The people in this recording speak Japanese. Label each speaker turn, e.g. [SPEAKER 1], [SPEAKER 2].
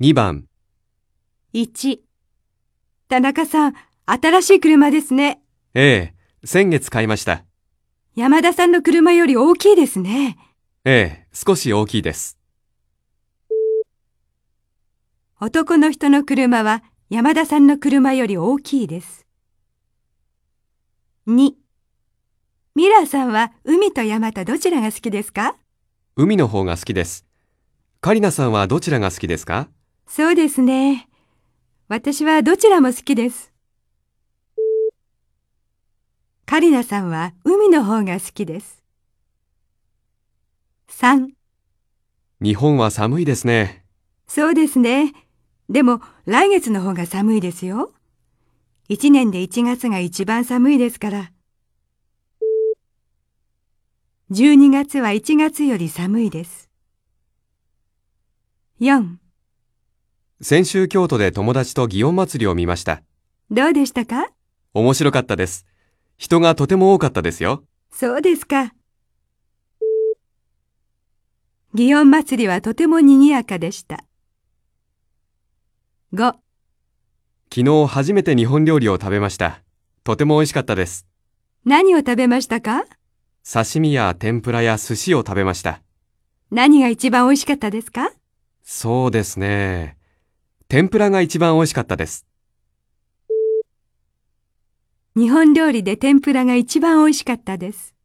[SPEAKER 1] 2番、
[SPEAKER 2] 1田中さん、新しい車ですね。
[SPEAKER 1] ええ、先月買いました。
[SPEAKER 2] 山田さんの車より大きいですね。
[SPEAKER 1] ええ、少し大きいです。
[SPEAKER 2] 男の人の車は山田さんの車より大きいです。2ミラーさんは海と山とどちらが好きですか
[SPEAKER 1] 海の方が好きです。カリナさんはどちらが好きですか
[SPEAKER 2] そうですね。私はどちらも好きです。カリナさんは海の方が好きです。3
[SPEAKER 1] 日本は寒いですね。
[SPEAKER 2] そうですね。でも来月の方が寒いですよ。一年で1月が一番寒いですから。12月は1月より寒いです。4.
[SPEAKER 1] 先週京都で友達と祇園祭りを見ました。
[SPEAKER 2] どうでしたか
[SPEAKER 1] 面白かったです。人がとても多かったですよ。
[SPEAKER 2] そうですか。祇園祭りはとても賑やかでした。5.
[SPEAKER 1] 昨日初めて日本料理を食べました。とても美味しかったです。
[SPEAKER 2] 何を食べましたか
[SPEAKER 1] 刺身や天ぷらや寿司を食べました。
[SPEAKER 2] 何が一番美味しかったですか
[SPEAKER 1] そうですね。天ぷらが一番美味しかったです。
[SPEAKER 2] 日本料理で天ぷらが一番美味しかったです。